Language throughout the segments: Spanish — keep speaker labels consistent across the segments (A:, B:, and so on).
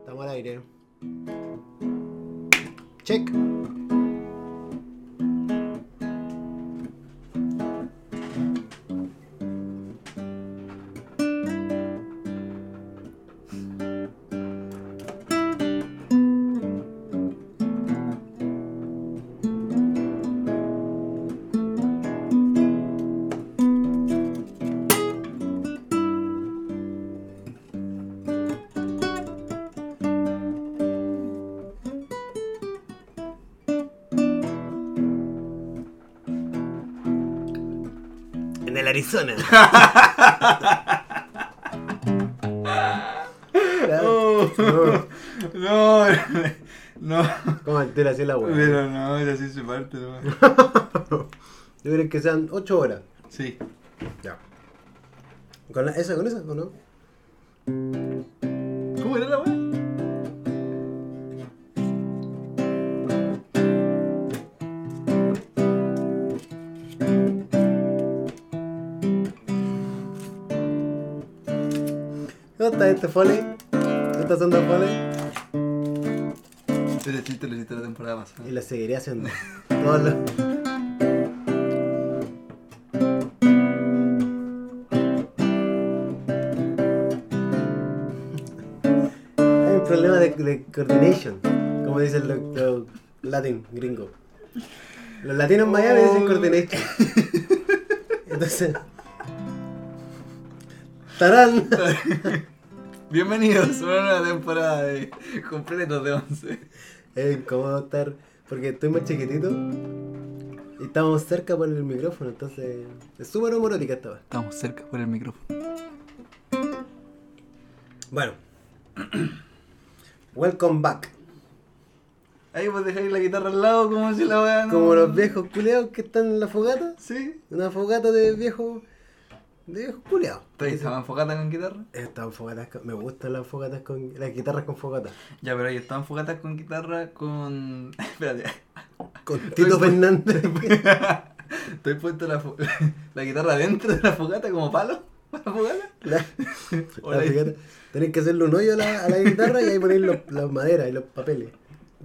A: Estamos al aire. Check.
B: En el Arizona.
C: no, no.
A: ¿Cómo entera así la web?
C: Pero no, era así se parte nomás.
A: Yo creo que sean 8 horas.
C: Sí.
A: Ya. ¿Con la- esa, con esa o no?
C: ¿Cómo era la weá?
A: ¿Dónde está este foley? ¿Dónde está haciendo foley?
C: Ese chiste lo hiciste la temporada pasada.
A: Y la seguiré haciendo. Todos los... Hay un problema de, de coordination, como dicen los los latin gringo. Los latinos en Miami dicen coordination. Entonces. ¡Tarán!
C: Bienvenidos a una nueva temporada de completos de 11.
A: Es incómodo estar. Porque estoy más chiquitito. Y estábamos cerca por el micrófono, entonces. Es súper homorótica esta vez.
C: Estamos cerca por el micrófono.
A: Bueno. Welcome back.
C: Ahí vos dejáis la guitarra al lado como si la weá. no-
A: Como los viejos culeados que están en la fogata.
C: Sí.
A: Una fogata de viejos. de viejos culeados.
C: ¿Estáis estaban fogata con guitarra?
A: Están fogatas con- Me gustan las fogatas con. las guitarras con fogata.
C: Ya, pero ahí estaban fogatas con guitarra con. Espérate.
A: Con Tito Fernández.
C: Estoy puesto la, fo- la guitarra dentro de la fogata como palo. ¿Para la fogata?
A: La,
C: Hola.
A: la fogata. Tenés que hacerle un hoyo a la, a la guitarra y ahí poner los- las maderas y los papeles.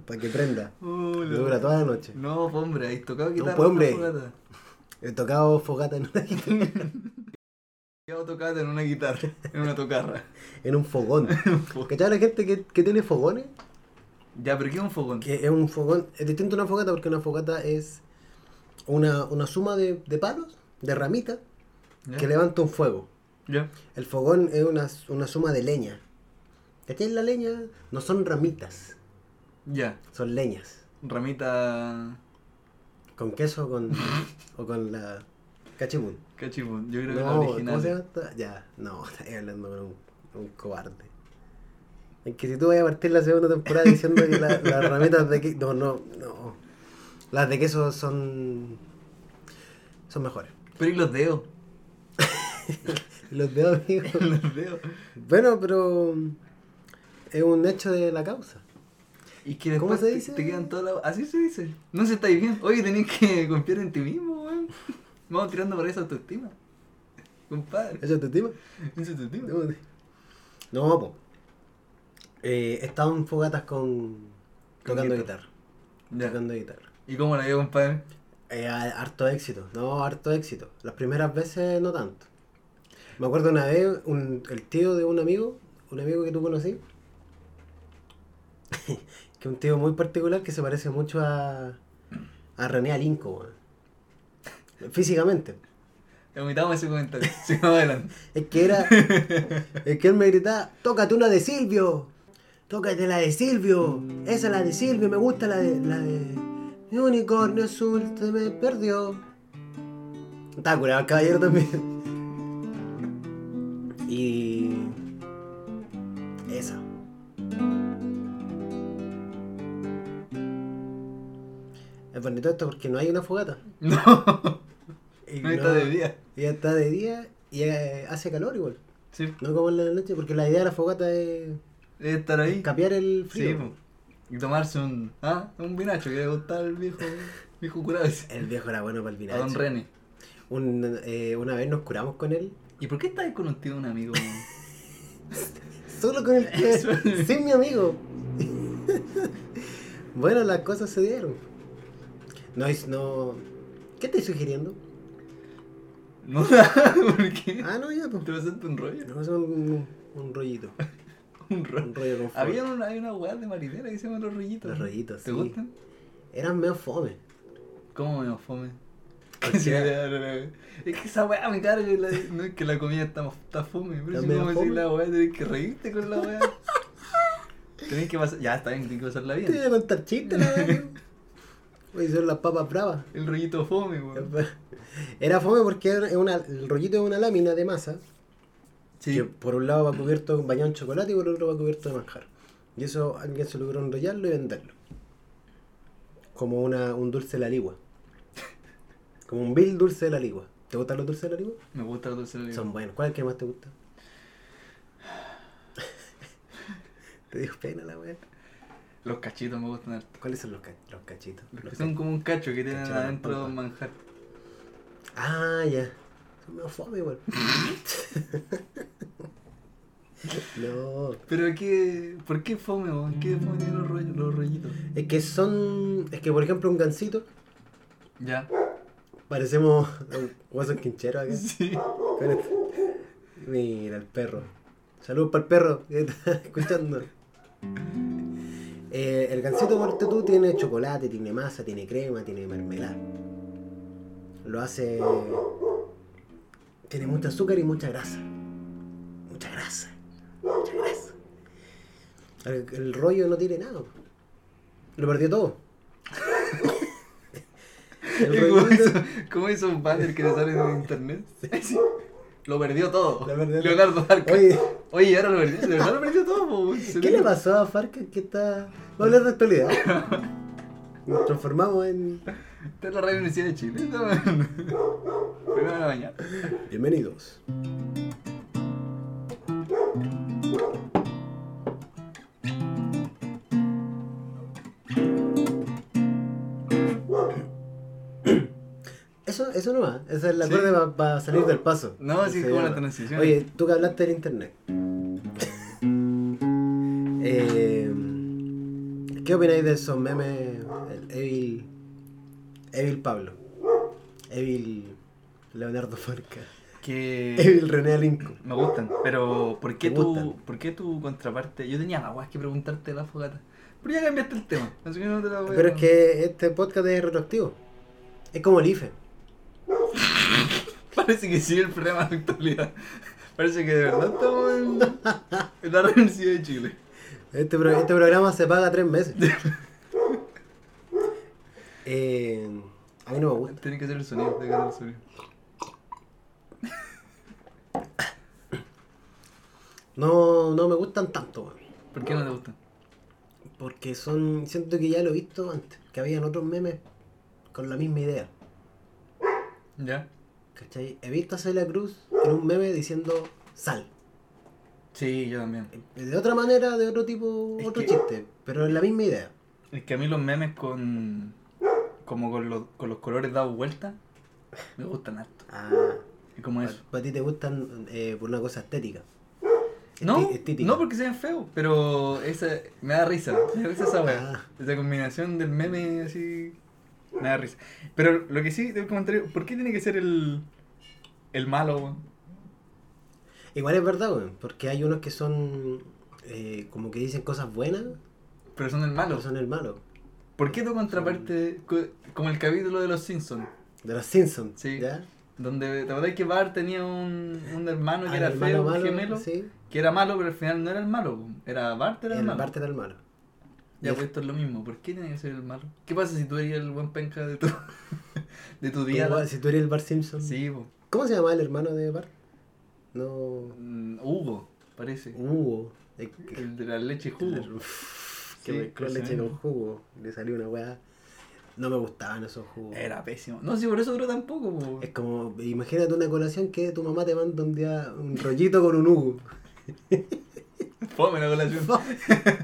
A: Para que prenda.
C: Hola.
A: Dura toda la noche.
C: No, po, hombre, ahí tocado guitarra.
A: Este. pues, hombre.
C: en una fogata.
A: He tocado fogata en, una-
C: Yo tocaba en una guitarra, en una tocarra.
A: en un fogón. ¿Cachai la gente que, que tiene fogones?
C: Ya, pero ¿qué es un fogón?
A: Que es un fogón, es distinto a una fogata porque una fogata es una, una suma de, de palos, de ramitas,
C: ¿Ya?
A: que levanta un fuego.
C: Ya.
A: El fogón es una, una suma de leña. ¿Cachai la leña? No son ramitas,
C: Ya.
A: son leñas.
C: Ramita.
A: Con queso o con, o con la cachibún.
C: Cachipún. pues, Yo creo que la
A: No, ¿cómo se llama?
C: original.
A: esta? Ya, no, estoy hablando con un, un cobarde. Es que si tú vas a partir la segunda temporada diciendo que la- las ramitas de queso. No, no, no. Las de queso son. son mejores.
C: Pero y los dedos.
A: Los dedos, amigo.
C: los dedos.
A: Bueno, pero. es un hecho de la causa.
C: Y es que
A: ¿Cómo
C: después
A: se
C: te-
A: dice?
C: Te, quedan todas las. Así se dice. No se está bien. Oye, tenés que confiar en ti mismo, weón. Vamos tirando por esa autoestima. Compadre.
A: ¿Eso es tu tema?
C: Esa autoestima.
A: No, po. Eh, estaban en fogatas con.
C: Con
A: tocando
C: guitarra.
A: guitarra.
C: Ya.
A: Tocando guitarra.
C: ¿Y cómo la veo, compadre?
A: Eh, a- harto éxito, no, harto éxito. Las primeras veces no tanto. Me acuerdo una vez, un- el tío de un amigo, un amigo que tú conocí, que un tío muy particular que se parece mucho a, a René Alinco, weón. físicamente.
C: Omitamos ese comentario. Sigamos adelante.
A: Es que era, es que él me gritaba, tócate una de Silvio, tócate la de Silvio, esa es la de Silvio, me gusta la de, la de, mi unicornio azul se me perdió. Estaba curado el caballero también. Y... Esa. Es bonito esto porque no hay una fogata.
C: No.
A: Y
C: No está de día.
A: Ya está de día y eh, hace calor igual.
C: Sí.
A: No como en la noche, porque la idea de la fogata es
C: Debe estar ahí.
A: capear el
C: Sí,
A: frío.
C: po. y tomarse un, ¿ah? un vinacho que le gustaba el viejo, viejo curado ese.
A: el viejo era bueno para el
C: A
A: vinagre.
C: don René.
A: Un, eh, una vez nos curamos con él.
C: ¿Y por qué estás con un tío de un amigo?
A: solo con el que.
C: Eso.
A: sin mi amigo. bueno, las cosas se dieron. No es. No. ¿Qué estoy sugiriendo?
C: No, ¿por qué?
A: Ah, no, ya, pues.
C: ¿Te pasaste un rollo?
A: No, es un, un rollito.
C: Un rollo.
A: Un rollo con fuego.
C: Había una, hay una weá de marinera que se llama Los Rollitos.
A: Los
C: ¿no?
A: Rollitos,
C: ¿Te
A: sí.
C: gustan?
A: Eran medio fome.
C: ¿Cómo me ofome?
A: Porque-
C: Es que esa weá me carga. y La, no es que la comida está, está fome. Pero
A: ¿La
C: si
A: media
C: no me decís
A: fome?
C: la weá, tenés que reírte con la weá. tenés que pasar. Ya está bien, tenés que pasarla
A: Te voy
C: bien.
A: a contar chistes, la verdad. Oye, son las papas bravas.
C: El rollito fome, weón.
A: Era fome porque era una- el rollito es una lámina de masa.
C: Sí.
A: Que por un lado va cubierto, bañado en chocolate y por otro va cubierto de manjar. Y eso alguien se logró enrollarlo y venderlo. Como una, un dulce de la ligua. Como un vil dulce de la ligua. ¿Te gustan los dulces de la ligua?
C: Me gusta la dulce de leche.
A: Son buenos. ¿Cuál es el que más te gusta? te dio pena la wea.
C: Los cachitos me gustan harto.
A: ¿Cuáles son los, ca- los cachitos?
C: Los que
A: Los
C: son como un cacho que tienen
A: Cacho de la
C: adentro
A: pampa.
C: manjar.
A: ca- Ah, ya. Son medio fome igual. no.
C: Pero qué. ¿Por qué fome, weón? ¿Qué fome tienen los, rollos, los rollitos?
A: Es que son. Es que por ejemplo un gansito.
C: Ya.
A: Parecemos huesos quincheros acá.
C: Sí.
A: Con este- Mira el perro. Saludos para el perro que está escuchando. Eh, el gansito ponte tú tiene chocolate, tiene masa, tiene crema, tiene mermelada. Lo hace. Tiene mucho azúcar y mucha grasa. Mucha grasa. Mucha grasa. El, el rollo no tiene nada. Lo perdió todo. El
C: Es como,
A: rollito-
C: eso, como esos banners que te salen en internet. Sí. Lo perdió todo.
A: Lo perdió todo.
C: Leonardo Farca. Oye.
A: Oye.
C: y ahora lo perdió. De verdad lo perdió todo. po, weón. Se
A: ¿Qué
C: lo-
A: le pasó a Farca que está.? Va a hablar de actualidad. Nos transformamos en.
C: Está en la radio Universidad de Chile. está, weón. Primero de la mañana.
A: Bienvenidos. Eso, eso no va, esa es la
C: Sí.
A: cuerda para salir del paso.
C: No, así
A: Ese
C: como la
A: llama.
C: transición.
A: Oye, tú que hablaste del internet. Eh, ¿Qué opináis de esos memes? El Evil. Evil Pablo. Evil Leonardo Farca.
C: Que
A: Evil René Alinco.
C: me gustan. Pero ¿por qué,
A: Te
C: tu,
A: gustan.
C: ¿por qué tu contraparte? Yo tenía más guas que preguntarte de la fogata. Pero ya cambiaste el tema. Así que no te la voy a-
A: Pero es que este podcast es retroactivo. Es como el E. IFE.
C: Parece que sí el programa de actualidad. Parece que de verdad estamos en, en la radio Universidad de Chile.
A: Este, pro- este programa se paga tres meses. Eh, a mí no me gusta.
C: Tiene que hacer el sonido, tiene que hacer el sonido.
A: No, no me gustan tanto, weón.
C: ¿Por qué no te gustan?
A: Porque son. Siento que ya lo he visto antes. Que habían otros memes con la misma idea.
C: ¿Ya?
A: ¿Cachai? He visto a Celia Cruz en un meme diciendo sal.
C: Sí, yo también.
A: De otra manera, de otro tipo,
C: Es
A: otro
C: que-
A: chiste. Pero es la misma idea.
C: Es que a mí los memes con. como con los, con los colores dados vuelta, me gustan harto.
A: Ah.
C: Y como eso.
A: Para ti te gustan eh, por una cosa estética.
C: No,
A: estética.
C: no porque sean feos, pero esa, me da risa. Me da risa esa weá.
A: Ah.
C: Esa combinación del meme así. Me da risa. Pero lo que sí, del comentario, ¿por qué tiene que ser el. el malo, weón?
A: Igual es verdad, weón. Porque hay unos que son. eh, como que dicen cosas buenas,
C: Pero son el malo.
A: pero son el malo.
C: ¿Por qué tu contraparte, co- como el capítulo de los Simpsons,
A: De los Simpsons.
C: Sí.
A: ¿Ya?
C: donde te acordás que Bart tenía un, un hermano que
A: Ah,
C: era
A: el
C: feo,
A: malo,
C: un
A: malo,
C: gemelo,
A: Sí.
C: que era malo, pero al final no era el malo, po. era Bart era el,
A: En
C: malo.
A: parte del malo.
C: Ya pues esto es lo mismo, ¿por qué tiene que ser el malo? ¿Qué pasa si tú eres el buen penca de tu, de tu día?
A: Tú, si tú eres el Bart Simpson.
C: Sí, po.
A: ¿Cómo se llamaba el hermano de Bart? No.
C: Mm, Hugo, parece,
A: Hugo. Eh,
C: el de la leche y jugo.
A: Que
C: Sí,
A: mezcló
C: ese
A: leche con
C: mismo.
A: jugo. Le salió una weá. No me gustaban esos jugos.
C: Era pésimo. No, sí, por eso duró tampoco, po.
A: Es como, imagínate una colación que tu mamá te manda un día un rollito con un Hugo.
C: Fome la colación.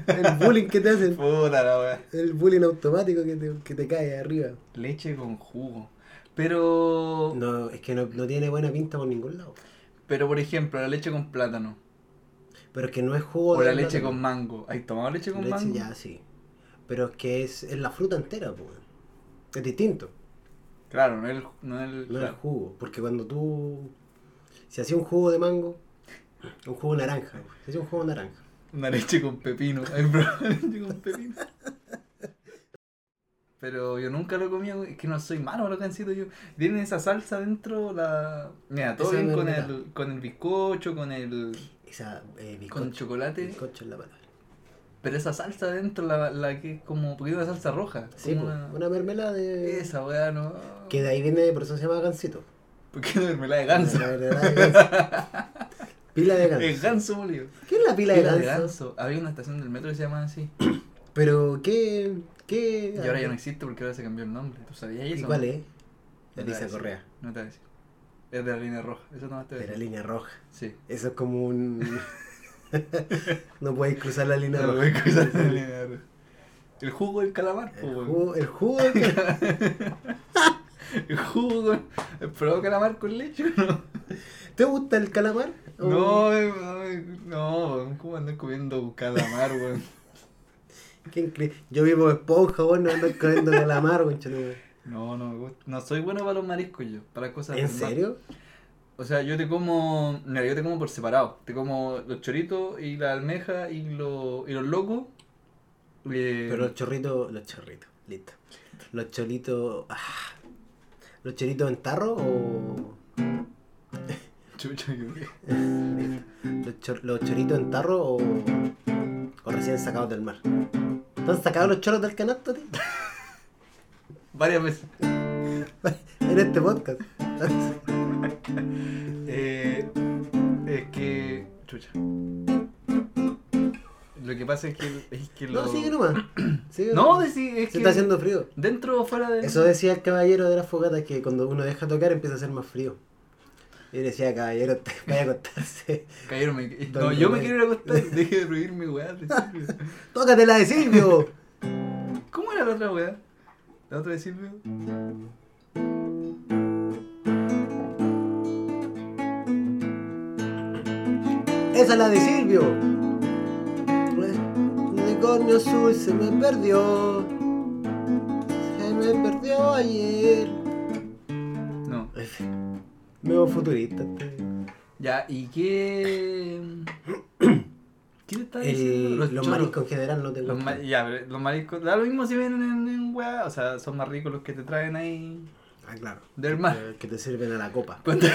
A: El bullying que te hacen.
C: Puta la wea.
A: El bullying automático que te, que te cae arriba.
C: Leche con jugo. Pero...
A: No, es que no, no tiene buena pinta por ningún lado.
C: Pero por ejemplo, la leche con plátano.
A: Pero es que no es jugo
C: O la
A: de
C: leche
A: plátano.
C: con mango. ¿Has tomado leche con
A: Leche
C: mango?
A: ya, sí. Pero es que es, es la fruta entera, pues. weón. Es distinto.
C: Claro, no es el. No es el-
A: No
C: claro.
A: el jugo. Porque cuando tú. Si hacía un jugo de mango, un jugo de naranja. weón. Si hacía un jugo de naranja.
C: Una leche con pepino. Ay, bro, leche con pepino. Pero yo nunca lo he comido, güey. Es que no soy malo lo que han sido yo. Tienen esa salsa dentro, la. Mira, todo
A: Esa
C: bien con
A: mermelada.
C: el, con el bizcocho, con el.
A: Esa. Eh, bizcocho.
C: con chocolate.
A: Bizcocho es la palabra.
C: Pero esa salsa dentro, la, la que es como un poquito de salsa roja.
A: Sí,
C: como
A: pues,
C: una-
A: una mermelada de.
C: Esa weá no.
A: Que de ahí viene, por eso se llama gansito.
C: ¿Por qué no mermelada de ganso?
A: La mermelada de ganso. Pila de ganso.
C: El ganso, boludo.
A: ¿Qué es la pila de
C: Pila
A: ganso?
C: de ganso. Había una estación del metro que se llamaba así.
A: Pero qué. qué
C: Y ahora ya no existe porque ahora se cambió el nombre. ¿Tú sabías
A: ¿Y
C: eso?
A: cuál
C: no?
A: es?
C: No te voy a
A: Elisa
C: decir,
A: Correa.
C: No te voy a decir. Es de la línea roja. Eso no te voy
A: De
C: a
A: la
C: decir.
A: línea roja.
C: Sí.
A: Eso es como un. no podéis cruzar la línea roja.
C: voy a cruzar la línea roja. El jugo del calamar, po,
A: El
C: weón.
A: jugo, el jugo de-
C: El jugo con. ¿Has probado calamar con leche o no?
A: ¿Te gusta el calamar? ¿O-
C: No, eh, no, eh, no, weón. ¿Cómo andas comiendo calamar, weón?
A: ¿Quién cree? Yo vivo esponja, bueno, ando comiendo calamar, conchetumare.
C: No, no me gusta. No soy bueno para los mariscos yo. Para cosas
A: ¿En
C: del mar.
A: serio?
C: O sea, yo te como. Mira, yo te como por separado. Te como los choritos y la almeja y, lo- y los locos. Eh,
A: Pero los chorritos, los chorritos, listo. Los choritos. ah. ¿Los choritos en tarro o.?
C: chucha, que-
A: Los, chor- los choritos en tarro o, o recién sacados del mar. ¿Están sacados los choros del canasto, tío?
C: Varias veces.
A: En este podcast.
C: Eh, es que. Chucha. Lo que pasa es que. Es que
A: No,
C: lo...
A: sigue nomás. Sigue
C: No,
A: nomás.
C: de- sí, es
A: Se
C: que.
A: está haciendo frío.
C: Dentro o fuera de.
A: Eso decía el caballero de la fogata que cuando uno deja tocar empieza a hacer más frío. Y yo decía, caballero, te- vaya a acostarse.
C: Cayeron, me- No,
A: Don
C: yo me
A: Rubén.
C: quiero ir a acostar. Deje de prohibirme, weá. de Silvio.
A: ¡Tócatela de Silvio!
C: ¿Cómo era la otra weá? La otra de Silvio.
A: ¡Esa es la de Silvio! Pues, Unicornio azul se me perdió. Se me perdió ayer.
C: No.
A: Meo futurista. este.
C: Ya, ¿y qué. ¿Qué te estaba diciendo?
A: El- los
C: choros.
A: mariscos en general no te
C: Los
A: gustan.
C: ma- ya, pero los mariscos. Da lo mismo si vienen en, en weá. O sea, son más ricos los que te traen ahí.
A: Ah, claro.
C: Del mar.
A: Eh, Que te sirven a la copa.
C: Cuando-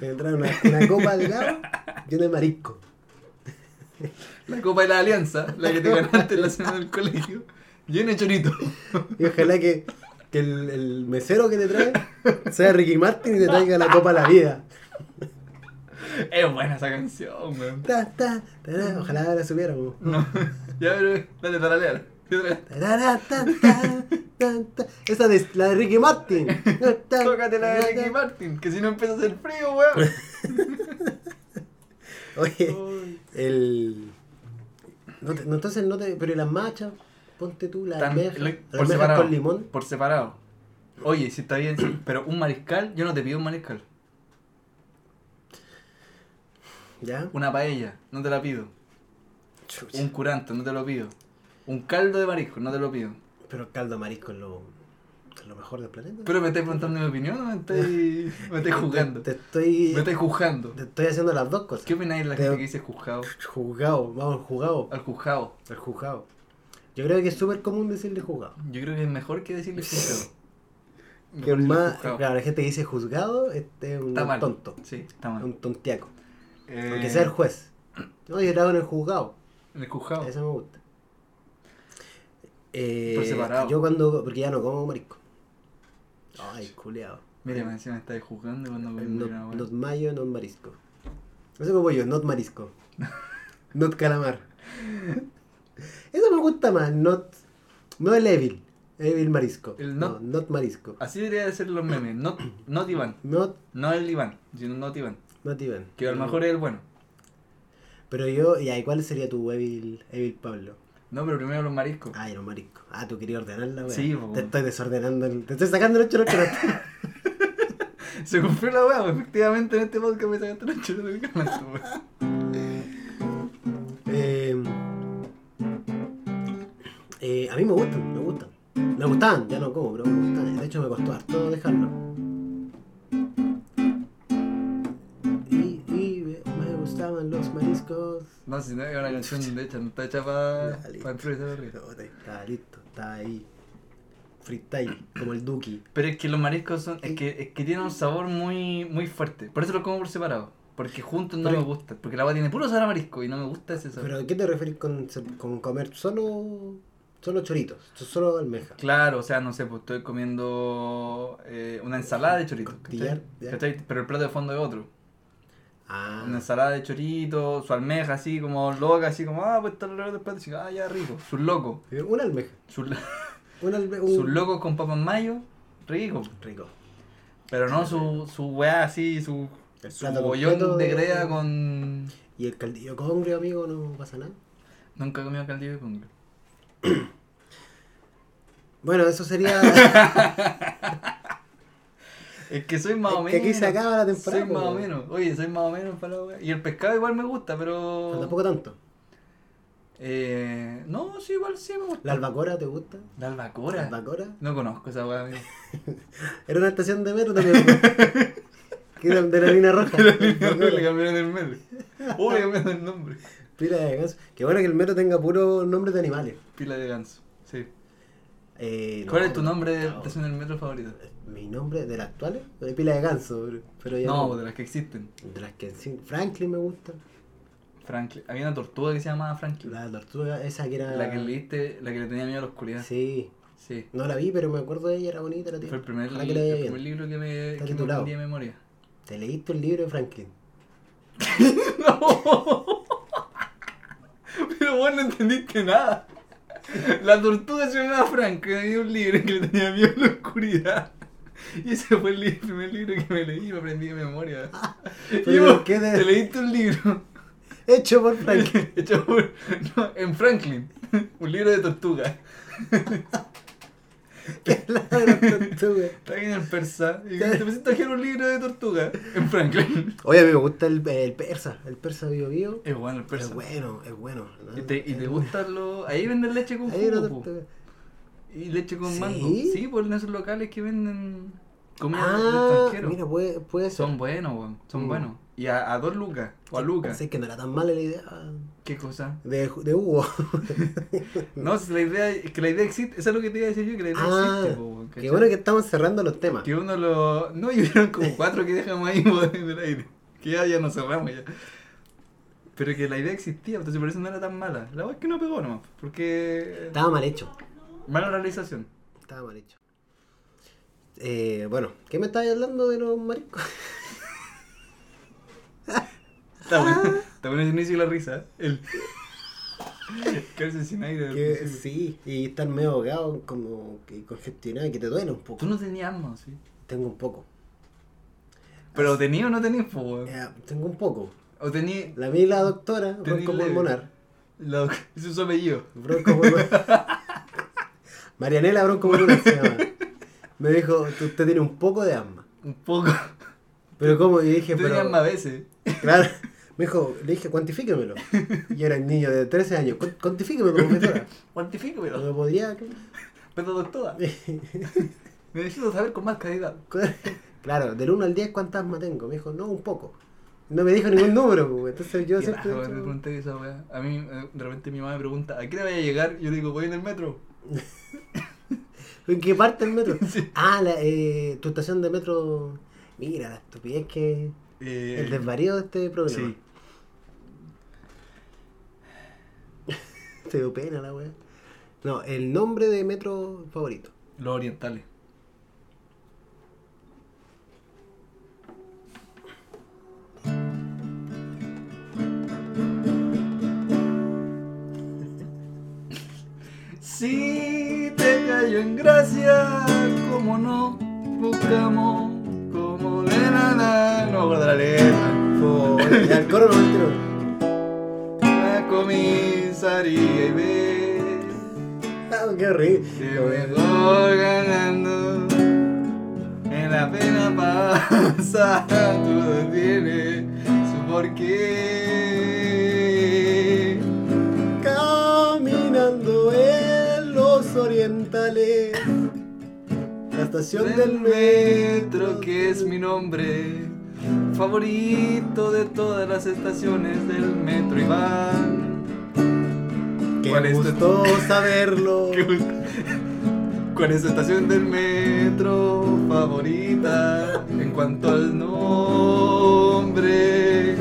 A: Te traen una, una copa de helado llena de marisco.
C: La Copa de la Alianza, la que te ganaste en la semana del colegio, llena de chorito.
A: Y ojalá que, que el, el mesero que te trae sea Ricky Martin y te traiga la copa a la vida.
C: Es buena esa canción, weón.
A: Ta, ta, tará. Ojalá la supiéramos.
C: No. Ya, pero dale, taraleala. Sí, taraleala.
A: Tarará, ta, ta, ta, ta. Esa de la de Ricky Martin.
C: Tócate la de Ricky Martin, que si no empieza a hacer frío, weón.
A: Oye, el. No te- no, entonces no te. Pero ¿y las machas, ponte tú, las
C: Tan-
A: almejas,
C: lo-
A: las almejas con limón.
C: Por separado. Oye, si está bien, sí, pero un mariscal, yo no te pido un mariscal.
A: ¿Ya?
C: Una paella, no te la pido.
A: Chucha.
C: Un curanto, no te lo pido. Un caldo de marisco, no te lo pido.
A: Pero el caldo de marisco es lo, es lo mejor del planeta.
C: Pero me estáis preguntando mi opinión o me estáis, me estáis juzgando.
A: Te, te estoy.
C: Me estáis juzgando.
A: Te estoy haciendo las dos cosas.
C: ¿Qué opináis de la
A: Te-
C: gente que dice juzgado?
A: Juzgado, vamos, juzgado.
C: Al juzgado.
A: El juzgado. Yo creo que es súper común decirle juzgado.
C: Yo creo que es mejor que decirle juzgado.
A: Que
C: Mejor
A: es más,
C: juzgado.
A: claro, la gente que dice juzgado este es un
C: Está mal.
A: tonto.
C: Sí, está
A: es
C: mal.
A: Un tontiaco.
C: Eh,
A: Aunque sea el juez. No, yo estaba en el juzgado.
C: El juzgado.
A: Eso me gusta. Eh,
C: Por separado.
A: Yo cuando. Porque ya no como marisco. Ay, culeado.
C: Mira, me encima estáis juzgando cuando me
A: Not,
C: mira, weón.
A: not mayo, not marisco. No sé cómo yo, not marisco. not calamar. Eso me gusta más, not. No el evil. Evil marisco.
C: El not-
A: No, not marisco.
C: Así debería de ser los memes. Not, not Iván.
A: Not,
C: No el Iván, sino Not Iván.
A: not even. Mm.
C: Que a lo mejor es el bueno.
A: Pero yo, ¿y ahí cuál sería tu evil, evil Pablo?
C: No, pero primero los mariscos.
A: Ay, no marisco. Ah, tú querías ordenarla, weón.
C: Sí, po.
A: Te estoy desordenando, el- te estoy sacando el ocho los choros.
C: Se cumplió la weá, weón. efectivamente en este podcast me sacaste la chula del canal, weón.
A: Eh, A mí me gustan, me gustan. Me gustaban, ya no como, pero me gustan. De hecho me costó harto dejarlo. Y, y me, me gustaban los mariscos.
C: No, si no, es una canción de hecha, no está hecha para
A: Dale.
C: pa improvisar. güey.
A: Puta, Estaba listo, estaba ahí. Freestyle, como el Duki.
C: Pero es que los mariscos son, es que, es que tienen un sabor muy, muy fuerte. Por eso los como por separado. Porque juntos no
A: Pero-
C: me gustan. Porque la agua tiene puro sabor a marisco y no me gusta ese sabor.
A: ¿Pero a qué te referís con, se- con comer solo, solo choritos? Solo almeja.
C: Claro, o sea, no sé, pues estoy comiendo eh, una ensalada de choritos.
A: Costillar,
C: ¿cachai?
A: ya.
C: ¿Cachai? Pero el plato de fondo es otro. Una
A: Ah,
C: ensalada de choritos, su almeja así como loca, así como, ah, pues está alrededor del plato. y yo, Ah, ya rico. Sus locos.
A: una almeja.
C: Sus, la-
A: Una almeja.
C: sus locos con papas mayo, rico.
A: Rico.
C: Pero no su, su weá así, su,
A: El
C: su
A: plato
C: bollón
A: completo
C: de
A: de-
C: greda con.
A: Y el caldillo congrio, amigo, no pasa nada.
C: Nunca he comido caldillo de congrio.
A: Bueno, eso sería.
C: Es que soy más o
A: Es
C: menos.
A: que aquí se acaba la temporada,
C: Soy más
A: po,
C: o
A: weón.
C: menos. Oye, soy más o menos para la weá. Y el pescado igual me gusta, pero.
A: tampoco tanto.
C: Eh, no, sí, igual sí me gusta.
A: ¿La albacora te gusta?
C: La
A: ¿La
C: albacora.
A: albacora?
C: No conozco esa weá, amigo.
A: Era una estación de metro también. pues. que era de la línea roja.
C: Le cambiaron el nombre. Oh, le cambiaron el nombre.
A: Pila de ganso. Qué bueno que el metro tenga puro nombre de animales.
C: Pila de ganso. Sí.
A: Eh, no,
C: ¿Cuál es tu nombre de
A: no.
C: estación del metro favorito?
A: ¿Mi nombre del actual? De pila de ganso, pero- pero ya
C: No, de las que existen.
A: De las que sí, Franklin me gusta.
C: Franklin. Había una tortuga que se llamaba Franklin.
A: La tortuga, esa que era.
C: La que leíste, la que le tenía miedo a la oscuridad. Sí.
A: Sí. No la vi, pero me acuerdo de ella, era bonita la tía.
C: Fue el primer,
A: Ojalá que le vaya
C: el
A: bien.
C: primer libro que me,
A: Está
C: que me
A: titulado.
C: aprendí de memoria.
A: ¿Te leíste el libro de Franklin?
C: No. Pero vos no entendiste nada. La tortuga se llamaba Frank, que tenía un libro que le tenía miedo a la oscuridad. Y ese fue el, li- primer libro que me leí y me aprendí de memoria. y
A: pero
C: vos
A: ¿qué de-
C: te leíste un libro
A: Hecho por Franklin.
C: hecho por- no, en Franklin, un libro de tortuga.
A: que la tortuga.
C: Está bien en persa. Y te pusiste a hacer un libro de tortuga en Franklin.
A: Oye, a mí me gusta el, el persa. El persa bio bio.
C: Es bueno el persa.
A: Es bueno, es bueno. ¿no?
C: Y te, y te
A: Es
C: gustan los. Ahí venden leche con
A: bueno. Hay una
C: jugo. po.
A: tortuga.
C: Y leche con
A: ¿Sí?
C: mango. Sí, por esos locales que venden comida del
A: Ah,
C: extranjero.
A: mira, puede, puede ser.
C: Son buenos, weón. Son
A: Mm.
C: buenos. Y a, a dos lucas. O a lucas.
A: Sé que no era tan mala la idea
C: ¿Qué cosa?
A: de, de Hugo.
C: No, si la idea es que la idea existe. Eso es lo que te iba a decir yo, que la idea
A: ah,
C: existe, po, weón.
A: qué
C: ¿cachai?
A: bueno que estamos cerrando los temas.
C: Que uno lo. No, y hubieron como cuatro que dejamos ahí weón, en el aire. Que ya, ya nos cerramos ya. Pero que la idea existía, entonces por eso no era tan mala. La verdad es que no pegó nomás. Porque.
A: Estaba mal hecho.
C: Mala realización.
A: Estaba mal hecho. Eh, bueno, ¿qué me estabas hablando de los mariscos?
C: Está
A: Ah.
C: bueno. Está bueno el inicio y la risa. ¿eh? El. Quedarse sin aire. al
A: Que,
C: principio.
A: sí, y estar medio ahogado, como que congestionado, y que te duele un
C: Tú
A: poco.
C: no tenías asma, sí.
A: Tengo un poco.
C: Pero tenía o no tenías, po, weón.
A: Eh, tengo un poco.
C: O tenía.
A: La vi la doctora,
C: Tenés
A: bronco
C: leve.
A: pulmonar.
C: La... Ese es su apellido.
A: Bronco pulmonar. Marianela Bronco pulmonar se llama. Me dijo, "Tú- usted tiene un poco de asma.
C: Un poco.
A: Pero cómo, y dije,
C: tenía
A: pero...
C: asma a veces.
A: Claro. Me dijo, le dije, cuantifíquemelo. Y era un niño de 13 años. "Cuan- Cuantifíquemelo, profesora.
C: Cuantifico,
A: No
C: pero.
A: me podría...
C: Pero doctora. Necesito saber con más calidad.
A: Claro, del 1 al 10 cuántas asma tengo. Me dijo, no, un poco. No me dijo ningún número, pues. entonces yo
C: Qué
A: siempre...
C: bajo, me pregunté esa weá. A mí, eh, de repente mi mamá me pregunta, ¿a qué hora voy a llegar? Yo digo, voy en el metro.
A: ¿En qué parte del metro?
C: Sí.
A: Ah, la, eh, tu estación de metro... Mira, la estupidez que...
C: Eh,
A: El desvarío de este programa.
C: Sí.
A: Te dio pena la weá. No, el nombre de metro favorito.
C: Los orientales. Si te cayó en gracia, como no, buscamos como de nada. No guarda la letra.
A: Fue al coro 99.
C: La comisaría y ve
A: Ah, qué horrible.
C: que me voy ganando en la pena pasa tú no tienes su porqué
A: Caminando en los vale. La estación
C: Del metro que es mi nombre favorito de todas las estaciones del metro Iván.
A: Que
C: ¿Cuál es tu-
A: gustó saberlo.
C: ¿Qué bus- ¿Cuál es tu estación del metro favorita en cuanto al nombre?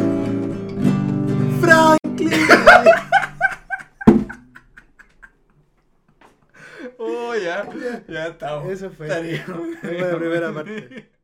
A: Franklin.
C: Oh, ya, ya estamos.
A: Eso fue.
C: Estaríamos-
A: Fue la primera parte.